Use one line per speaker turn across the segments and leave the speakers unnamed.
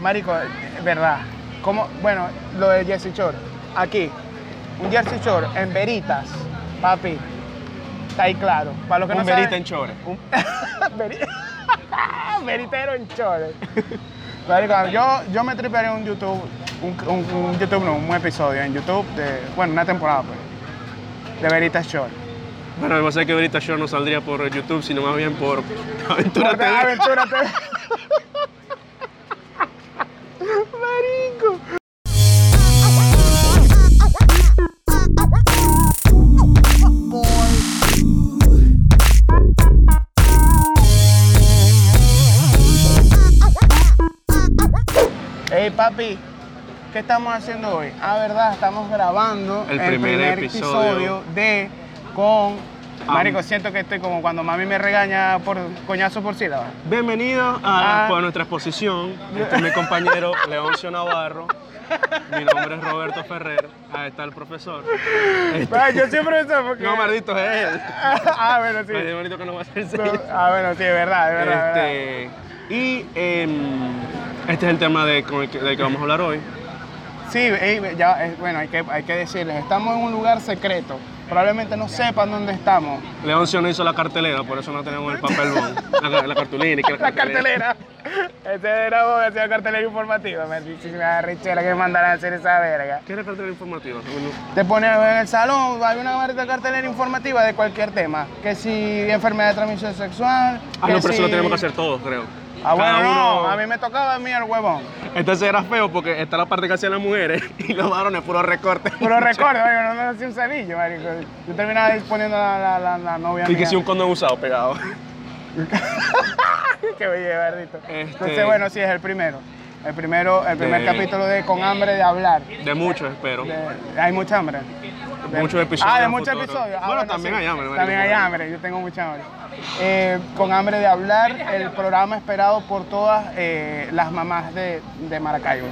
Marico, es verdad. Como, bueno, lo de Jersey Shore. Aquí, un Jersey Shore en veritas, papi. Está ahí claro. Para los que no
Un verita
saben-
en chores.
un veri- Veritero en chores. Marico, yo, yo me tripearía un YouTube, un, un- un YouTube no, un episodio en YouTube de, bueno, una temporada pues, de Veritas Short.
Bueno, yo sé que ahorita yo no saldría por YouTube, sino más bien por Aventura
Porque,
TV.
Aventura TV. Marico. Hey papi, ¿qué estamos haciendo hoy? Ah, verdad, estamos grabando
El primer episodio.
de con
Am-
Marico, siento que estoy como cuando mami me regaña por coñazo por sílaba.
Bienvenido a,
Ah.
por nuestra exposición. Este es mi compañero Leoncio Navarro. Mi nombre es Roberto Ferrer. Ahí está el profesor. Este-
Ay, yo siempre eso porque.
no, maldito, es él.
ah, bueno, sí.
Ay, Dios, maldito que no va a ser
No,
serio.
ah, bueno, sí, es verdad, es verdad. es verdad.
Este, y em, este es el tema de, con el que, del que vamos a hablar hoy.
Sí, ey, ya, eh, bueno, hay que, hay que decirles, estamos en un lugar secreto. Probablemente no sepan dónde estamos.
Leoncio no hizo la cartelera, por eso no tenemos el papel bond. La, ca- la cartulina y que la,
La cartelera. Ese era vos, esa cartelera informativa. Me dice una rechera que me mandaran a hacer esa verga.
¿Qué es la cartelera informativa? Bueno,
Te pones en el salón, hay una barrita cartelera informativa de cualquier tema. Que si enfermedad de transmisión sexual.
Ah, no,
que
pero eso lo
si-
tenemos que hacer todos, creo.
Ah, bueno,
Cada
no,
uno-
a mí me tocaba a mí el huevón.
Entonces era feo porque está la parte que hacían las mujeres y los varones puro recorte.
Puro recuerdo, marico, no me hacía un cerillo, marico. Yo terminaba ahí poniendo la, la, la, la novia
Y que
mía.
si un condón usado pegado.
Qué bello, Bardito.
Este-
Entonces, bueno, sí, es el primero. El primero, el primer
De-
capítulo de Con Hambre de Hablar.
De muchos, espero.
De- hay mucha hambre. De-
Muchos episodios
Ah, de
en
muchos
futuro.
episodios. Ah,
Bueno, también hay hambre, marico.
También hay hambre, yo tengo mucha hambre. Eh, con Hambre de Hablar, el programa esperado por todas eh, las mamás de, de Maracaibo.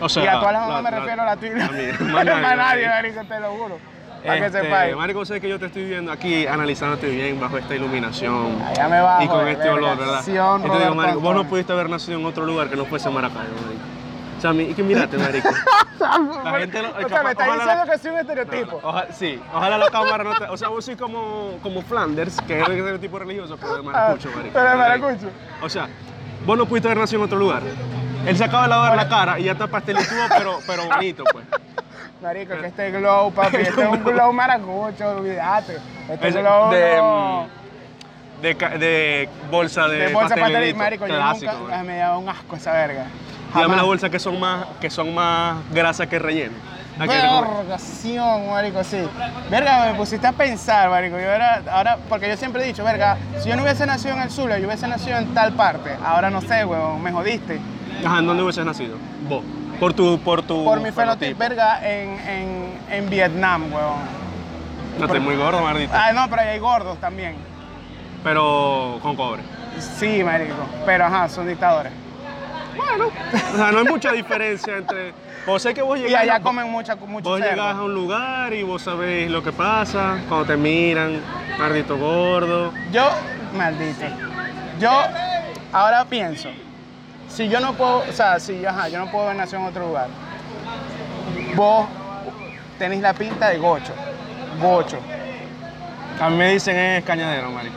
O sea,
y a todas las mamás me refiero a la tuya.
a mí,
No
más nadie,
a nadie,
marico.
marico, te lo juro. Para que
Este,
sepáis.
Marico, sé que yo te estoy viendo aquí, analizándote bien bajo esta iluminación.
Allá me bajo,
Y con
de
este olor, ¿verdad?
vergación,
Yo te digo,
Roberto
Marico, vos no
Antonio.
pudiste haber nacido en otro lugar que no fuese Maracaibo, Marico. O sea, mi- y que mirate, Marico. La gente lo-
o sea, me está
ojalá-
diciendo que soy un estereotipo.
Oja- sí, ojalá la cámara no te. O sea, vos soy como, como Flanders, que es el tipo religioso, pero de maracucho,
Ah,
marico.
pero de maracucho.
O sea, vos no pudiste haber nacido en otro lugar. Él se acaba de lavar la cara y ya está pastelitudo, pero, pero bonito, pues. Eh.
Marico, que este glow, papi, este es un glow maracucho, olvídate. Este
Es
glow
de,
no-
mm, de, ca- de bolsa de,
de bolsa
pastelito,
pastel, marico, yo
clásico,
nunca,
marico.
ah, me daba un asco esa verga.
Dígame
Jamás.
las bolsas que son más, que son más grasas que relleno. Aquí tengo-
Vergación, marico, sí. Verga, me pusiste a pensar, marico. Yo era, ahora, porque yo siempre he dicho, verga, si yo no hubiese nacido en el Zulia, yo hubiese nacido en tal parte. Ahora no sé, weón, me jodiste.
Ajá, ¿en dónde hubieses nacido? Vos. Por tu, por tu
Por mi fenotipo, verga, en, en, en Vietnam, weón.
No, estoy muy gordo, maldito.
Ah, no, pero ahí hay gordos también.
Pero con cobre.
Sí, marico. Pero ajá, son dictadores.
O sea, no hay mucha diferencia entre. O sé que vos
Y
llegás,
allá comen mucha, mucho
vos llegás a
cerdo.
un lugar y vos sabés lo que pasa, cuando te miran, maldito gordo.
Yo, maldito. Yo ahora pienso, si yo no puedo, o sea, si ajá, yo no puedo haber nacido en otro lugar, vos tenés la pinta de gocho. Gocho.
A mí me dicen "Eh, es cañadero, marico.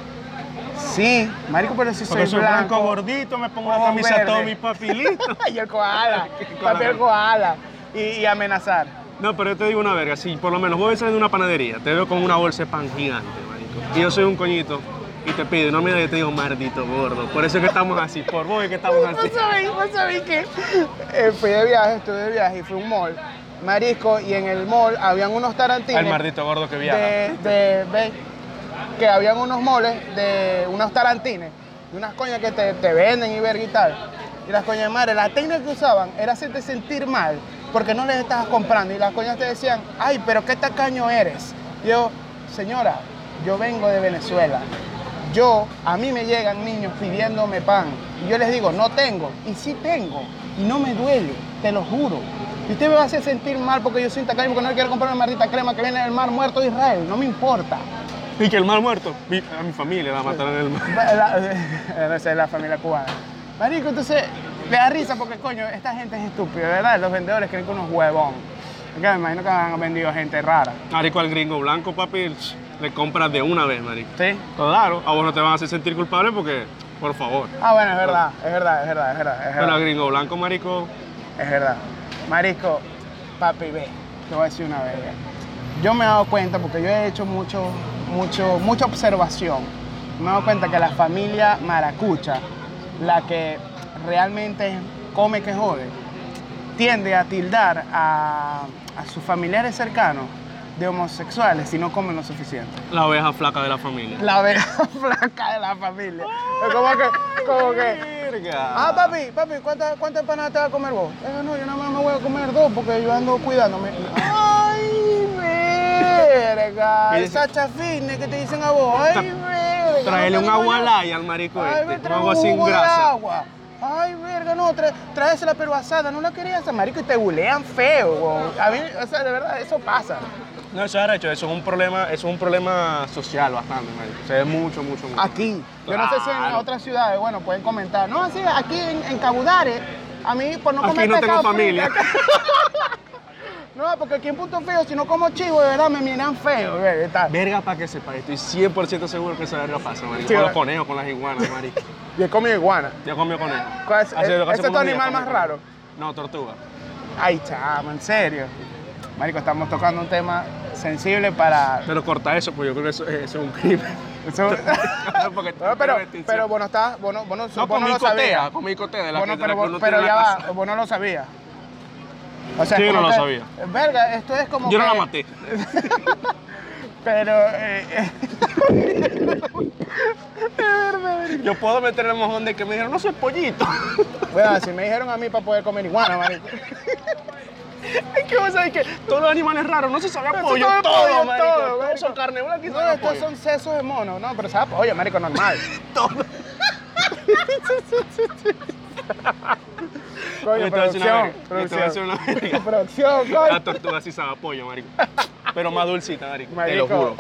Sí, marico, pero si soy
Porque soy blanco,
blanco.
gordito, me pongo la
ojos
camisa
verdes.
Tommy, papi, listo.
y el koala.
koala.
Papi el koala. Y, y amenazar.
No, pero yo te digo una verga, si por lo menos vos sales de una panadería, te veo con una bolsa de pan gigante, marico. Y yo soy un coñito y te pido, no me des, te digo, maldito gordo. Por eso es que estamos así, por vos es que estamos así.
Vos sabés, vos sabés que eh, fui de viaje, estuve de viaje y fui a un mall, marisco, y en el mall habían unos tarantines.
El maldito gordo que viaja.
de, de, ve, que habían unos moles de unos tarantines, de unas coñas que te, te venden y verga y tal. Y las coñas de madre, la técnica que usaban era hacerte sentir mal porque no les estabas comprando. Y las coñas te decían, ay, pero qué tacaño eres. Y yo, señora, yo vengo de Venezuela. Yo, a mí me llegan niños pidiéndome pan. Y yo les digo, no tengo. Y sí tengo. Y no me duele, te lo juro. Y usted me va a hacer sentir mal porque yo soy tacaño, porque no quiero comprar una maldita crema que viene del mar muerto de Israel. No me importa.
Y que el mal muerto, mi- a mi familia la mataron en el mar.
La, la- esa es la familia cubana. Marico, entonces, Le da risa porque, coño, esta gente es estúpida, ¿verdad? Los vendedores creen que uno es huevón. Porque me imagino que han vendido gente rara.
Marico, al gringo blanco, papi, ch, le compras de una vez, marico.
¿Sí?
Claro, a vos no te van a hacer sentir culpable porque, por favor.
Ah, bueno, es verdad, es verdad, es verdad, es verdad. Es
Pero al
verdad.
gringo blanco, marico,
Es verdad. Marisco, papi, ve, te voy a decir una vez. ve. Yo me he dado cuenta, porque yo he hecho mucho, mucho, mucha observación, me he dado cuenta que la familia maracucha, la que realmente come que jode, tiende a tildar a, a sus familiares cercanos de homosexuales si no comen lo suficiente.
la oveja flaca de la familia.
La vega flaca de la familia. Es como que, como que,
Verga.
Ah, papi, papi, ¿cuántas cuántas empanadas te vas a comer vos? Eh, no, yo nada más me voy a comer dos porque yo ando cuidándome. ¡Ay, verga!
Mire,
El Sacha Fitness que te dicen a vos. ¡Ay, verga!
Traele
no
un
tengo
agua
yo.
light al marico
¡Ay, me
este. Un
trae
agua
un
sin
jugo de
grasa.
agua! ¡Ay, verga! No, tra- tráese la pero asada. No la querías esa, marico, y te bulean feo. weón. A mí, o sea, de verdad, eso pasa.
No, eso es arrecho, eso es un problema, eso es un problema social bastante, marico. Se ve mucho, mucho, mucho.
Aquí. Yo no sé si en
Claro.
otras ciudades, bueno, pueden comentar. No, así, aquí en, en Cabudare, a mí por no
Aquí
comer
no tengo
pescado frito,
familia.
acá- No, porque aquí en Punto Feo, si no como chivo, de verdad me miran feo. güey, y tal.
Verga para que sepa, estoy 100% seguro que esa verga pasa, marico.
Sí,
con los
¿verdad?
conejos, con las iguanas, marico.
Y he comido iguana.
Yo comí conejo.
¿Cuál es-
Hace-
eh,
hace
ese es tu
unos días
animal
comí
más
conejo.
raro?
No, tortuga.
Ay, chamo, en serio. Marico, estamos tocando un tema sensible para.
Pero corta eso, pues yo creo que eso, eso es un crimen.
Eso-
Porque
No, pero,
extinción.
pero vos no estás, vos no, vos no,
no, pues
vos no
comí
lo
cotea,
sabías.
comí cotea de la
Vos no-
que, de la
pero vos-
que uno tiene
pero
en
ya
la
va,
casa.
vos no lo sabías. O sea,
Sí,
como
no lo
que-
sabía.
Verga, esto es como.
Yo no la
que-
maté.
Pero. eh, eh,
Yo puedo meter el mojón de que me dijeron, no soy pollito.
bueno, así me dijeron a mí para poder comer iguana, marico.
Es que vos sabés que todos los animales raros no se sabe a
Eso
pollo,
sabe a
todo,
pollo,
marico.
todo,
Todos
marico.
son carne blanca y
No,
sabe a
estos
pollo.
son sesos de mono, no, pero sabe, oye, marico, normal. Coño,
Yo te voy a decir
producción, producción.
una verga, yo te voy a decir una verga.
Producción,
La
coño.
tortuga sí sabe a pollo, marico. Pero más dulcita, marico. Te
Marico,
lo juro.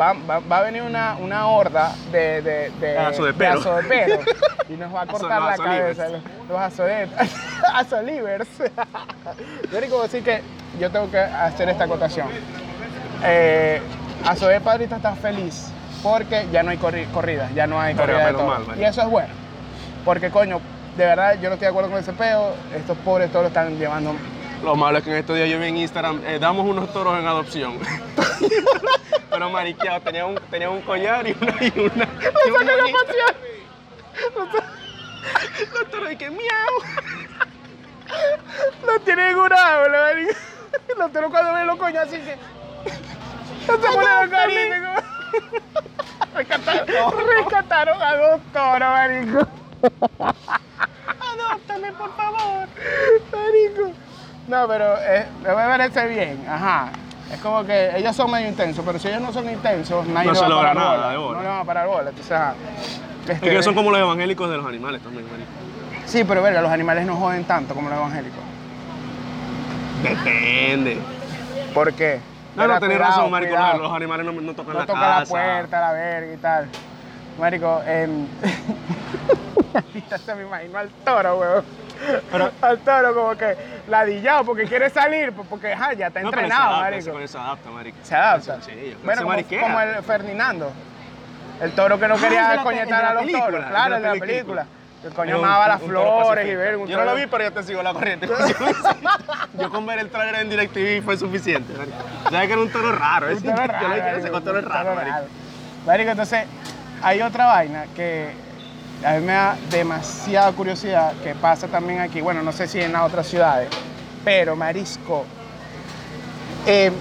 Va, va- va a venir una, una horda de, de, de,
Aso de perro.
azodeperos y nos va a
Aso-
cortar
no,
la
azolivers.
cabeza. Los, los azode- azolivers. yo digo decir que yo tengo que hacer esta acotación. Eh, Azode Padrito está feliz porque ya no hay corri- corridas, ya no hay
Verga,
corridas de
menos
todo.
mal, marico.
y eso es bueno. Porque coño, de verdad yo no estoy de acuerdo con ese peo. Estos pobres todos lo están llevando
Lo malo es que en estos días yo vi en Instagram, eh, damos unos toros en adopción. Pero mariqueado, tenía un, tenía un collar y una y una. y un moñito. Los toros y que miau.
Lo tiene curado, la marica. Lo tengo cuando ve los coños así que. No se pone los cariños. Rescataron, rescataron a dos toros, marico. Adóptame, por favor. Marico. No, pero eh, me parece bien, ajá. Es como que ellos son medio intensos, pero si ellos no son intensos, nadie
No
le
se
va a
logra
parar
nada
bola.
de bola.
No le van a parar bola, entonces, ajá.
Es
Este,
que ellos son como los evangélicos de los animales también, marico.
Sí, pero verga, los animales no joden tanto como los evangélicos.
Depende.
¿Por qué?
No, no,
Verga,
tenés
cuidado,
razón, marico. no,
cuidado.
Los animales no, no tocan
No
la
toca
casa.
la puerta, la verga y tal. Marico, em, ahorita se me imagino al toro, weón. al toro como que ladillado porque quiere salir, po- porque ajá, ya está
No, pero
entrenado,
se adapta,
marico.
Con eso adapta, marico.
Se adapta.
Sí, yo creo que se
bueno, como,
mariquea.
como el Ferdinando. El toro que no
Ah, el de
quería
la- el de
coñetar
la
a los
película,
toros.
el de
Claro,
la
el de la
película.
película. El coño
Es un-
amaba
un
las
toro
flores y
pacifista.
ver un
Yo no lo
toro-
vi, pero yo te sigo la corriente. yo con ver el trailer en DirecTV fue suficiente. marico. Sabes que era un toro raro.
Un
ese-
toro
Yo
raro,
le dije, ese
marico,
toro es
un
raro,
toro
marico.
raro. Marico, entonces hay otra vaina que a mí me da demasiada curiosidad que pasa también aquí. Bueno, no sé si en las otras ciudades, pero marisco. eh,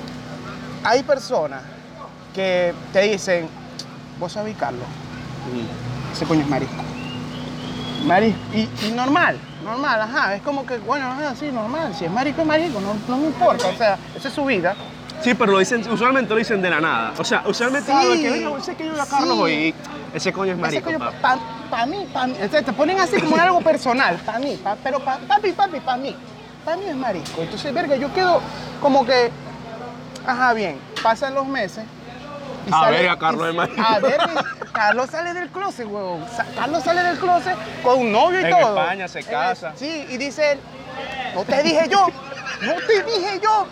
hay personas que te dicen, vos sabés, Carlos,
Mm.
ese coño es marisco. Marisco. Y, y normal, normal, ajá. Es como que, bueno, ajá, sí, normal. Si es marisco, es marisco, no, no me importa. O sea, esa es su vida.
Sí, pero lo dicen, usualmente lo dicen de la nada. O sea, usualmente
Sí.
es algo que venga, sé que yo a Carlos
Sí.
hoy. y Ese coño es marico.
Ese coño,
papá.
para mí, para mí. Entonces, te ponen así como en algo personal, para mí, pa- pero pa- papi, papi, para mí. Para mí es marisco. Entonces, verga, yo quedo como que, ajá, bien, pasan los meses.
Ah, verga, Carlos es marisco.
A ver, Carlos sale del closet, huevón. Sa- Carlos sale del closet con un novio y
En
todo.
España se
En-
casa.
sí, y dice él, no te dije yo, no te dije yo.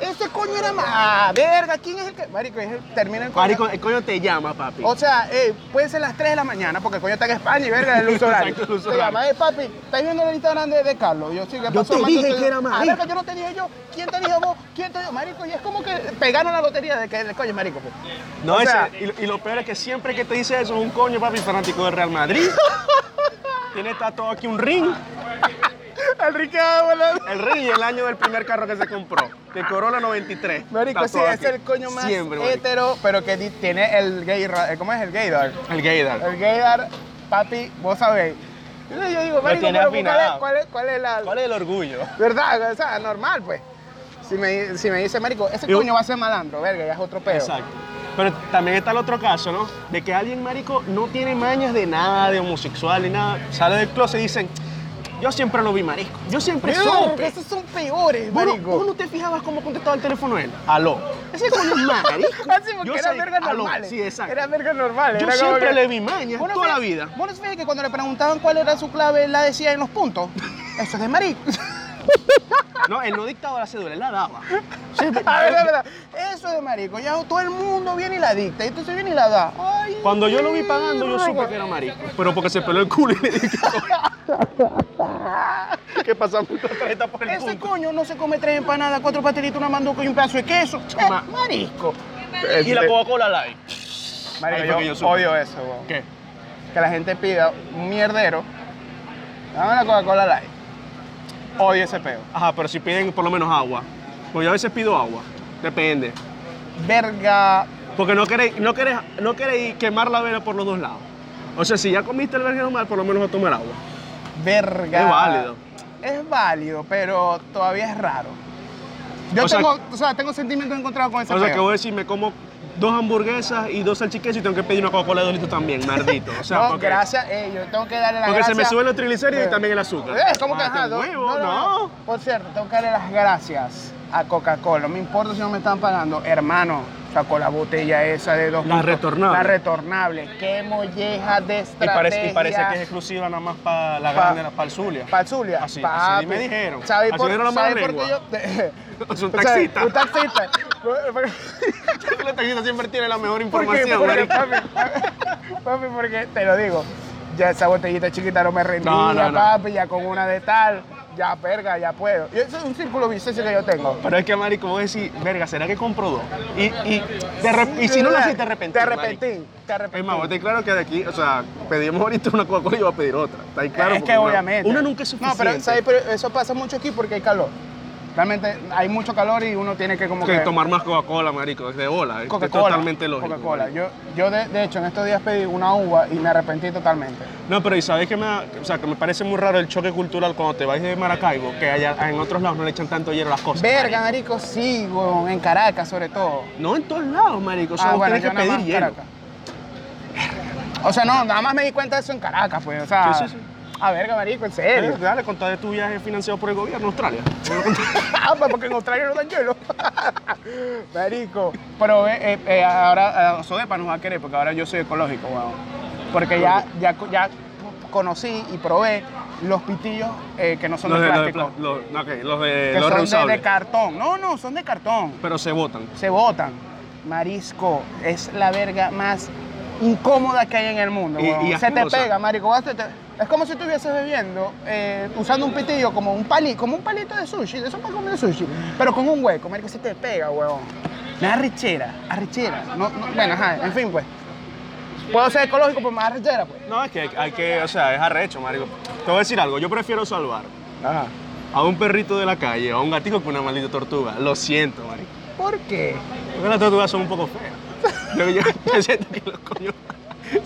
Ese coño era más. Ah, verga, ¿quién es el que.? Marico, es el- termina el coño.
Marico, el coño te llama, papi.
O sea, eh, puede ser las 3 de la mañana, porque el coño está en España y verga, el uso horario.
Exacto, el uso
Te
horario.
llama, eh, papi, ¿estás viendo el Instagram de, de Carlos? Y Yo sí, ¿qué
Yo
pasó,
te
macho?
dije
Estoy-
que era más.
Ah, verga, yo no te dije yo. ¿Quién te dijo vos? ¿Quién te dijo? Marico, y es como que pegaron la lotería de que el coño es marico. pues.
no,
o
ese-
sea-
y, lo- y lo peor es que siempre que te dice eso es un coño, papi, fanático del Real Madrid. Tiene todo aquí un ring.
Enrique Ábalos.
El ring y el año del primer carro que se compró. De Corolla 93.
Marico, sí,
Tatuado
es
aquí.
el coño más E
Siempre, marico.
hétero, pero que di- tiene el gay. ra- eh, ¿Cómo es el gaydar?
El gaydar.
El gaydar, papi, vos sabéis. Entonces yo digo, marico,
tiene
pero ¿cuál es,
afinado.
cuál es- cuál es la.
¿Cuál es el orgullo?
¿Verdad? O sea, normal, pues. Si me, si me dice, marico, ese
Yo-
coño va a ser malandro, verga, ya es otro pedo.
Exacto. Pero también está el otro caso, ¿no? De que alguien, marico, no tiene mañas de nada, de homosexual, ni nada. Sale del closet y dicen, yo siempre lo vi, marico. Yo siempre
Verga,
supe.
esos son peores,
¿Vos no-
marico.
vos no te fijabas cómo contestaba el teléfono él? Aló. Ese coño es marico.
Ah, sí, porque
Yo
era
sabía-
verga
aló.
normal.
Sí, exacto.
Era verga normal.
Yo
era como
siempre
que-
le vi mañas
Bueno,
toda la
fíjate-
vida.
Bueno, fíjate que cuando le preguntaban cuál era su clave, él la decía en los puntos. Eso es de marico.
No, él no dictaba la cédula, él la daba.
A ver, la verdad. Eso es de marico. Ya todo el mundo viene y la dicta. Y entonces viene y la da. Ay,
Cuando yo lo vi pagando, yo supe
verga.
que era marico. Pero porque se peló el culo y le dije, ¿qué pasa? La tarjeta por el
Ese
punto.
coño no se come tres empanadas, cuatro pastelitos, una manduca y un pedazo de queso. Eh,
Chama.
Es marisco.
Y la Coca-Cola Light. Ahí fue
Marico,
que
yo,
yo supe.
odio eso, weón.
¿Qué?
Que la gente pida un mierdero. Dame una Coca-Cola Light. Odio ese pedo.
Ajá, pero si piden por lo menos agua. Pues yo a veces pido agua. Depende.
Verga.
Porque no queréis no queréis- no queréis quemar la vela por los dos lados. O sea, si ya comiste el verga normal, por lo menos a tomar agua.
Verga.
Es válido.
Es válido, pero todavía es raro. Yo
O sea-
tengo, o sea, tengo sentimientos encontrados con ese
o sea, que
pedo.
voy a decir, me como dos hamburguesas y dos salchiquesos y tengo que pedir una Coca-Cola de dos litros también, maldito. O sea,
no,
porque,
gracias, eh, yo tengo que darle las
porque se
gracias.
me suben los triglicéridos
Eh,
y también el azúcar.
Eh, ¿Cómo que
Mate,
ajá? No,
huevo,
no, no, no. Por cierto, tengo que darle las gracias a Coca-Cola. No me importa si no me están pagando. Hermano, sacó la botella esa de dos.
La
litros.
retornable.
La retornable. Qué molleja de
Y
estrategia.
parece, y parece que es exclusiva nada más para la
Pa-
grande, para el Zulia.
Pazulia.
Así- así
Papi.
me dijeron.
¿Sabes
Así
por,
me dieron la mala
¿sabes por qué
lengua.
yo?
Es un
O sea,
taxista.
Un taxista. Porque-
el taxista siempre tiene la mejor
porque,
información,
porque,
marico.
papi, papi, porque te lo digo. Ya esa botellita chiquita no me rendía,
No, no, no.
papi, ya con una de tal, ya perga, ya puedo. Y eso es un círculo vicioso que yo tengo.
Pero es que, marico, vos decís, verga, ¿será que compro dos? Y, y, te arrep- y si no lo haces, te arrepentís.
Te
marico.
arrepentí, te arrepentí.
Es más, vos te claro que de aquí, o sea, pedimos ahorita una Coca-Cola y yo voy a pedir otra. Está ahí claro.
es
Porque
que
una-
obviamente.
Una nunca es suficiente.
No, pero, ¿sabes? pero eso pasa mucho aquí porque hay calor. Realmente hay mucho calor y uno tiene que como
que tomar más Coca-Cola, marico, es de bola. es
Coca-Cola.
totalmente lógico.
Coca-Cola. Yo, yo de, de hecho en estos días pedí una uva y me arrepentí totalmente.
No, pero ¿y sabes que me, da- o sea, que me parece muy raro el choque cultural cuando te vas de Maracaibo? Que allá en otros lados no le echan tanto hielo a las cosas.
Verga,
marico.
marico, sí, weón, en Caracas sobre todo.
No en todos lados, marico. O sea,
Ah,
vos
bueno,
tenés
yo
que
nada
pedir
más
hielo.
Caracas. O sea, no, nada más me di cuenta de eso en Caracas, pues, o sea.
Sí, sí, sí.
A verga, marico, en
Eh,
serio.
Dale, contá de tu viaje financiado por el gobierno de Australia.
Ah, pues, porque en Australia no dan hielo. marico. Pero eh, eh, eh, ahora eh, Sodepa nos va a querer porque ahora yo soy ecológico, weón. Porque ya, ya, ya conocí y probé los pitillos eh, que no son
los
de
de, los de,
plástico.
pla- los, no, ok, los de
que
los
son de- de,
reusables.
cartón. No, no, son de cartón.
pero se votan.
Se botan. Marisco es la verga más incómoda que hay en el mundo.
Y-
weón.
y
se te
asquerosa.
pega, marico. vas, te- te- es como si estuvieses bebiendo, eh, usando un pitillo como un palito, como un palito de sushi, de eso para comer sushi, pero con un hueco, marico, se te pega, huevón. Me da arrechera, arrechera. No, no- bueno, ajá, en fin, pues. Puedo ser ecológico, pues me da arrechera, pues.
No, es que hay que, o sea, es arrecho, marico. Te voy a decir algo, yo prefiero salvar
Ajá.
a un perrito de la calle, a un gatito que una maldita tortuga. Lo siento, marico.
¿Por qué?
Porque las tortugas son un poco feas. Yo, yo, yo siento que los coños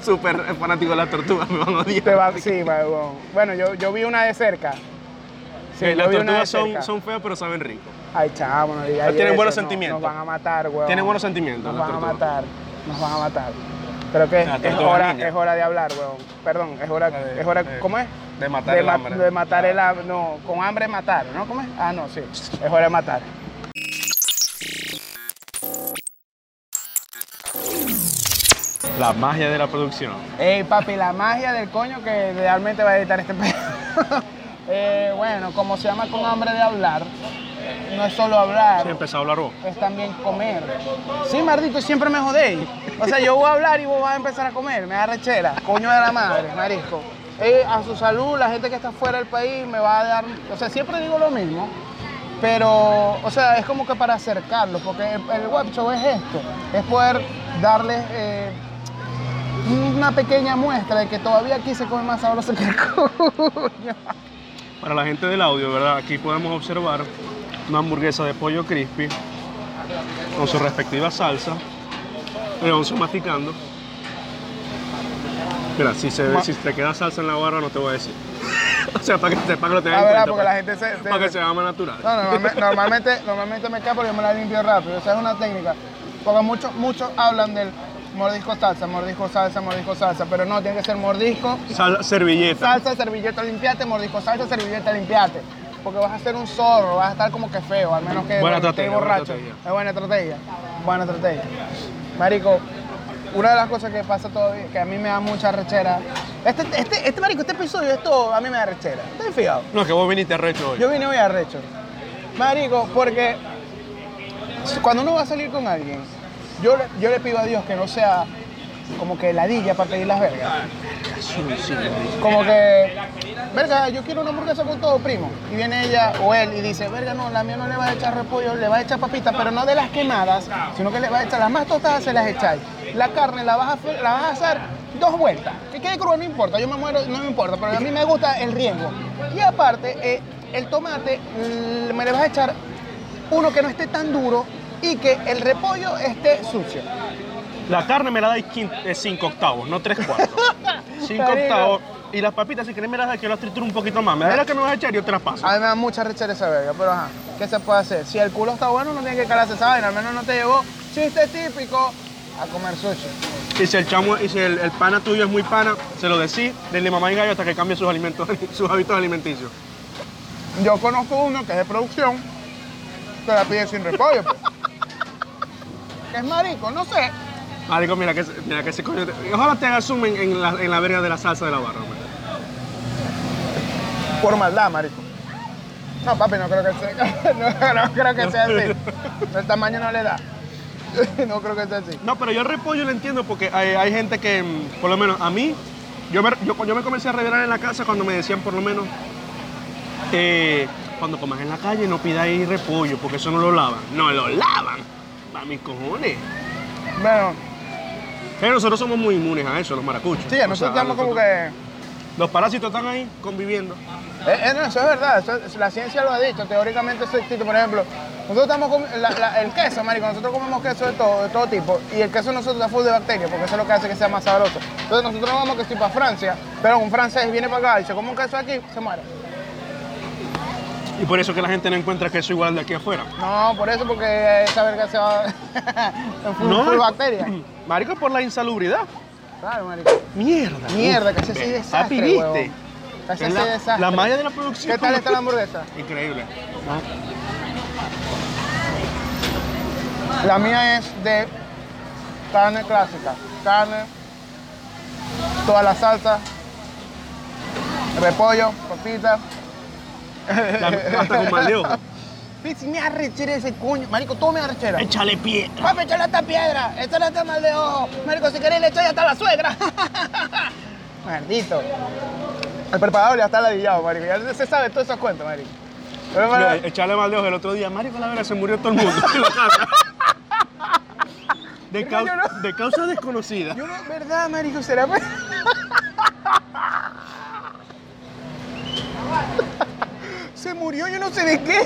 súper fanáticos de las tortugas me van a odiar.
Te va, sí, huevón. Bueno, yo, yo vi una de cerca. Sí,
Eh,
yo
las
vi una de
tortugas son,
cerca.
son feas, pero saben rico.
Ay, chavo, no digas
Tienen
eso,
buenos
no,
sentimientos.
Nos van a matar, weón.
Tienen buenos sentimientos,
Nos
las
van a
tortugas.
matar. Nos van a matar. Creo que
Las
es
tortugas
hora,
ninja.
es hora de hablar, weón. Perdón, es hora,
De-
es hora
de-
¿cómo es?
de matar el
ma-
hambre. Ah.
De matar el hambre, no, con hambre matar, ¿no? ¿Cómo es? Ah, no, sí, es hora de matar.
La magia de la producción.
Ey, papi, la magia del coño que realmente va a editar este pedo. Eh, bueno, como se llama con hambre de hablar, no es solo hablar,
Sí, empezó a hablar vos.
es también comer. Sí, mardito, siempre me jodéis. O sea, yo voy a hablar y vos vas a empezar a comer, me da rechera, coño de la madre, marisco. Eh, a su salud, la gente que está fuera del país me va a dar, o sea, siempre digo lo mismo, pero, o sea, es como que para acercarlo, porque el, el web show es esto, es poder darles eh, una pequeña muestra de que todavía aquí se come más sabroso que el coño.
Para la gente del audio, ¿verdad? Aquí podemos observar una hamburguesa de pollo crispy con su respectiva salsa. El onzo masticando. Mira, si, se ve-
Ma-
si te queda salsa en la barra, no te voy a decir. o sea, para que, te- para que lo tengas
La
en
verdad,
cuenta,
porque la
pues.
gente se- se-
Para que se vea más natural.
No, normalme- normalmente, normalmente me escapo y yo me la limpio rápido. Esa es una técnica. Porque muchos, muchos hablan del mordisco salsa, mordisco salsa, mordisco salsa. Pero no, tiene que ser mordisco,
Sal- servilleta.
salsa, servilleta, limpiate, mordisco salsa, servilleta, limpiate. Porque vas a ser un zorro, vas a estar como que feo, al menos que
Buena
estés
estrategia, buena
borracho.
estrategia.
es buena estrategia. Buena estrategia. Marico, una de las cosas que pasa todavía, que a mí me da mucha rechera. Este, este, este marico, este episodio, esto a mí me da rechera. ¿Te has fijado?
No, que vos viniste recho hoy.
Yo vine hoy arrecho. Marico, porque cuando uno va a salir con alguien, yo, le- yo le pido a Dios que no sea como que ladilla para pedir las vergas. Como que, verga, yo quiero una hamburguesa con todo, primo. Y viene ella o él y dice, verga, no, la mía no le va a echar repollo, le va a echar papitas, pero no de las quemadas, sino que le va a echar las más tostadas, se las echáis. La carne la vas a, fe- la vas a hacer dos vueltas. Que quede crudo, no importa, yo me muero, no me importa, pero a mí me gusta el riesgo. Y aparte, eh, el tomate mm, me le vas a echar uno que no esté tan duro y que el repollo esté sucio.
La carne me la dais 5 octavos, no 3 cuartos. 5
Marico.
octavos. Y las papitas, si querés, me las da que las trituro un poquito más. Me
Eh.
da la que me vas a echar y yo te las paso.
A mí me da mucha rechera esa verga, pero ajá, ¿qué se puede hacer? Si el culo está bueno, no tiene que calarse esa vaina, al menos no te llevó chiste típico a comer sushi.
Y si el chamo, y si el, el pana tuyo es muy pana, se lo decís, denle mamá y gallo hasta que cambie sus alimentos, sus hábitos alimenticios.
Yo conozco uno que es de producción, te la pide sin repollo, pues. Que es marico, no sé.
Marico, mira que, se- mira que se coño. te- Ojalá te hagas zoom en, en la, en la verga de la salsa de la barra, hombre.
Por maldad, marico. No, papi, no creo que sea, no, no creo que sea así. El tamaño no le da. No creo que sea así.
No, pero yo el repollo lo entiendo porque hay, hay gente que, mm, por lo menos a mí, yo me, yo, yo me comencé a revelar en la casa cuando me decían, por lo menos, eh, cuando comas en la calle no pidáis repollo porque eso no lo lavan. No lo lavan, para mis cojones.
Bueno,
Pero nosotros somos muy inmunes a eso, los maracuchos.
sí,
O sea,
nosotros
a
estamos como
nosotros-
que...
Los parásitos están ahí conviviendo.
Eh, eh, no, eso es verdad, eso es- la ciencia lo ha dicho, teóricamente eso existe, por ejemplo, nosotros estamos comi- la- la- el queso, marico, nosotros comemos queso de todo, de todo tipo, y el queso nosotros está full de bacterias, porque eso es lo que hace que sea más sabroso. Entonces nosotros no vamos que si para Francia, pero un francés viene para acá y se come un queso aquí, se muere.
Y por eso que la gente no encuentra queso igual de aquí afuera.
No, por eso, porque esa verga se va en full, full bacterias.
Marico, por la insalubridad.
Claro, marico.
Mierda.
Mierda, casi así
Ve,
desastre,
Papi, ¿viste?
huevón. Casi
Es
así
la,
desastre.
la malla de la producción.
¿Qué tal está la hamburguesa?
Increíble.
La mía es de carne clásica, carne, toda la salsa, repollo, papita.
La- hasta con mal de ojo.
Sí, sí, me arrechera ese coño, marico, todo me arrechera.
Échale piedra.
Papi, échale esta piedra, échale hasta mal de ojo. Marico, si querés le echáis hasta la suegra. Maldito. El preparador ya está ladillado, marico, ya se sabe todos esos cuentos, marico. Pero,
Mira,
pero-
Échale mal de ojo el otro día. Marico, la verdad, se murió todo el mundo en la casa. De,
Pero yo
cau-
no-
de causa desconocida.
Yo no, verdad, marico, será pe- Se murió, yo no sé de qué.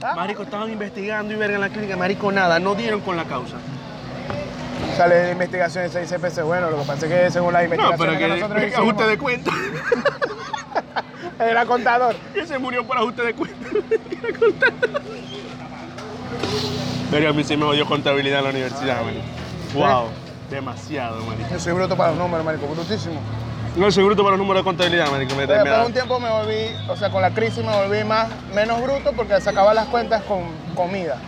Ah.
Marico, estaban investigando y verga en la clínica. Marico, nada, no dieron con la causa.
Sale de investigación de 6 CPC. Bueno, lo que pasa es que según las
No,
investigaciones que,
pero que,
nosotros
que
hicimos,
ajuste de cuenta.
era contador.
Que se murió por ajuste de cuenta. Pero a mí sí me odió contabilidad en la universidad, man. Wow, demasiado, marico.
Yo soy bruto para los números, marico, brutísimo.
No, seguro para el número de contabilidad, marico. Me,
Pero
me
después de
da-
un tiempo me volví, o sea, con la crisis me volví más, menos bruto porque sacaba las cuentas con comida.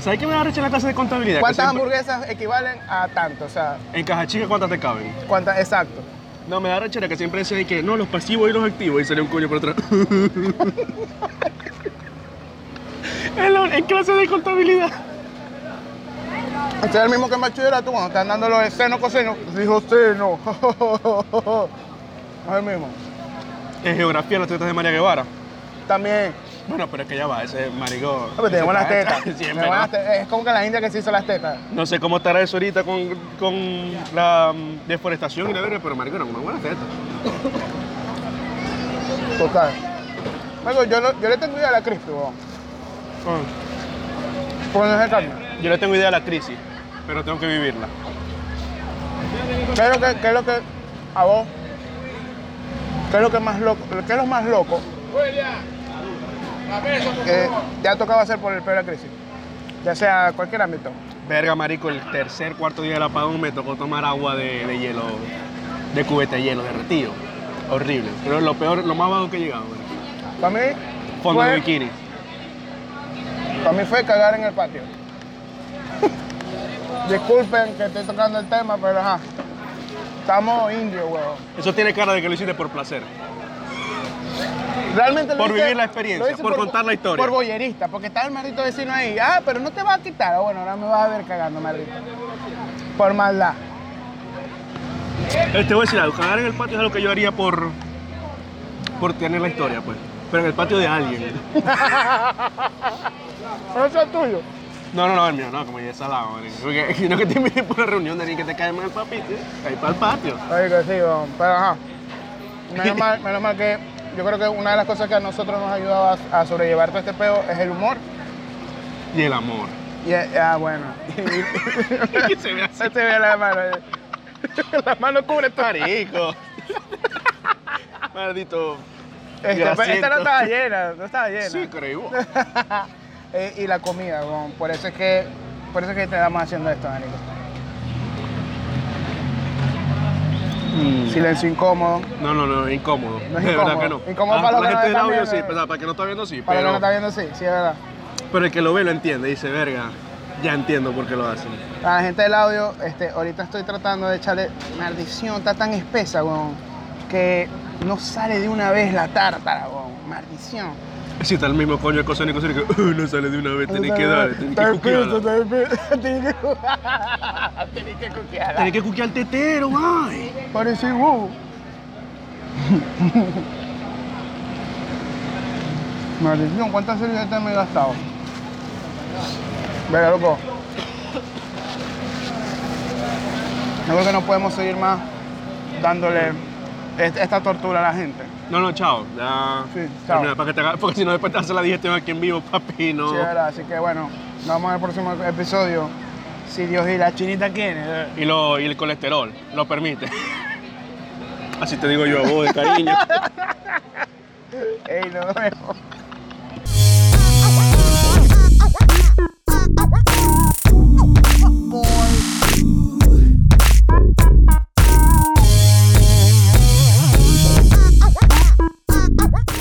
¿Sabes qué me da recha en la clase de contabilidad? Que
¿Cuántas
siempre-
hamburguesas equivalen a tanto? O sea,
En caja chica, ¿cuántas te caben?
¿cuántas? Exacto.
No, me da rechera que siempre decían que no, los pasivos y los activos y salió un coño por atrás. en, la- en clase de contabilidad.
Este es el mismo que en bachillerato cuando están dando los de seno, coseno. Dijo seno. es el mismo.
En geografía, las tetas de María Guevara.
También.
Bueno, pero es que ya va, ese marico.
Ah, pero tenemos las tetas.
Siempre,
Tenemos
¿no?
las tetas. Es como que la India que se hizo las tetas.
No sé cómo estará eso ahorita con, con la mm, deforestación y la verga, pero marico, eran unas buenas tetas.
Total. Bueno, yo, lo- yo le tengo idea a la Cristo, weón. Porque no es el cambio.
Yo no tengo idea de la crisis, pero tengo que vivirla.
¿Qué es lo que, qué es lo que a vos? ¿Qué es lo que más loco? ¿Qué es lo más loco? que te ha tocado hacer por el peor de la crisis. Ya sea cualquier ámbito.
Verga, marico, el tercer, cuarto día del apagón me tocó tomar agua de, de hielo, de cubeta de hielo derretido. Horrible. Pero lo peor, lo más bajo que he llegado, güey.
Para mí,
Fondo de
fue,
bikini.
para mí fue cagar en el patio. Disculpen que estoy tocando el tema, pero ajá. Estamos indios, weón.
Eso tiene cara de que lo hiciste por placer.
Realmente lo
Por
hice-
vivir la experiencia,
lo hice
por contar la historia.
Por boyerista, porque está el maldito vecino ahí. Ah, pero no te vas a quitar. Ah, Bueno, ahora me vas a ver cagando, maldito. Por maldad.
Eh, Te voy a decir algo, cagar en el patio es algo que yo haría por, por tener la historia, pues. Pero en el patio de alguien.
Pero eso es tuyo.
No, no, no, el mío, no, como ya es salado, marico. Porque sino que te inviten por la reunión de alguien que te cae mal, papi, ¿sí? ahí para el patio.
Ay, que sí, weón. Pero ajá. Menos mal, menos mal que yo creo que una de las cosas que a nosotros nos ha ayudado a, a sobrellevar todo este peo es el humor.
Y el amor.
Y, ah, bueno.
Y se ve así,
Se te ve la mano. la mano cubre todo.
marico. Maldito.
Este,
Grasiento.
pues, esta no estaba llena, no estaba llena.
Sí, creo.
Eh, y la comida, weón. Por eso es que, por eso es que te estamos haciendo esto, marico.
Mm.
Silencio incómodo.
No, no, no, incómodo.
No es
de verdad
incómodo.
que no. Ah,
Incómodo para los
la
que no
gente del audio
están
sí,
viendo.
o sea, para que no está viendo sí,
Para lo
pero,
que está viendo, sí, sí, es verdad.
pero el que lo ve lo entiende, dice, verga, ya entiendo por qué lo hacen.
A la gente del audio, este, ahorita estoy tratando de echarle. Maldición, está tan espesa, weón. Que no sale de una vez la tártara, weón. Maldición.
Si está el mismo coño de coseno y coseno, que "Uh, no sale de una vez, tenés que darle, tenés
Está
que
espesa,
cuquearla.
está espesa, tenés que cuquearla. Tenés que cuquearla.
Tenés que cuquear el tetero, ay.
Parece huevo. Maldición, ¿cuántas servilletas me he gastado? Venga, loco. Yo creo que no podemos seguir más dándole est- esta tortura a la gente.
No, no, chao. Ya.
Sí, chao.
Termina, para que te haga- porque si no, después te hace la digestión aquí en vivo, papi, no.
Sí, ¿verdad? Así que bueno, nos vemos en el próximo episodio. Si Dios y la chinita quiere.
y, lo, y el colesterol lo permite. Así te digo yo a vos, de cariño.
Ey, nos vemos.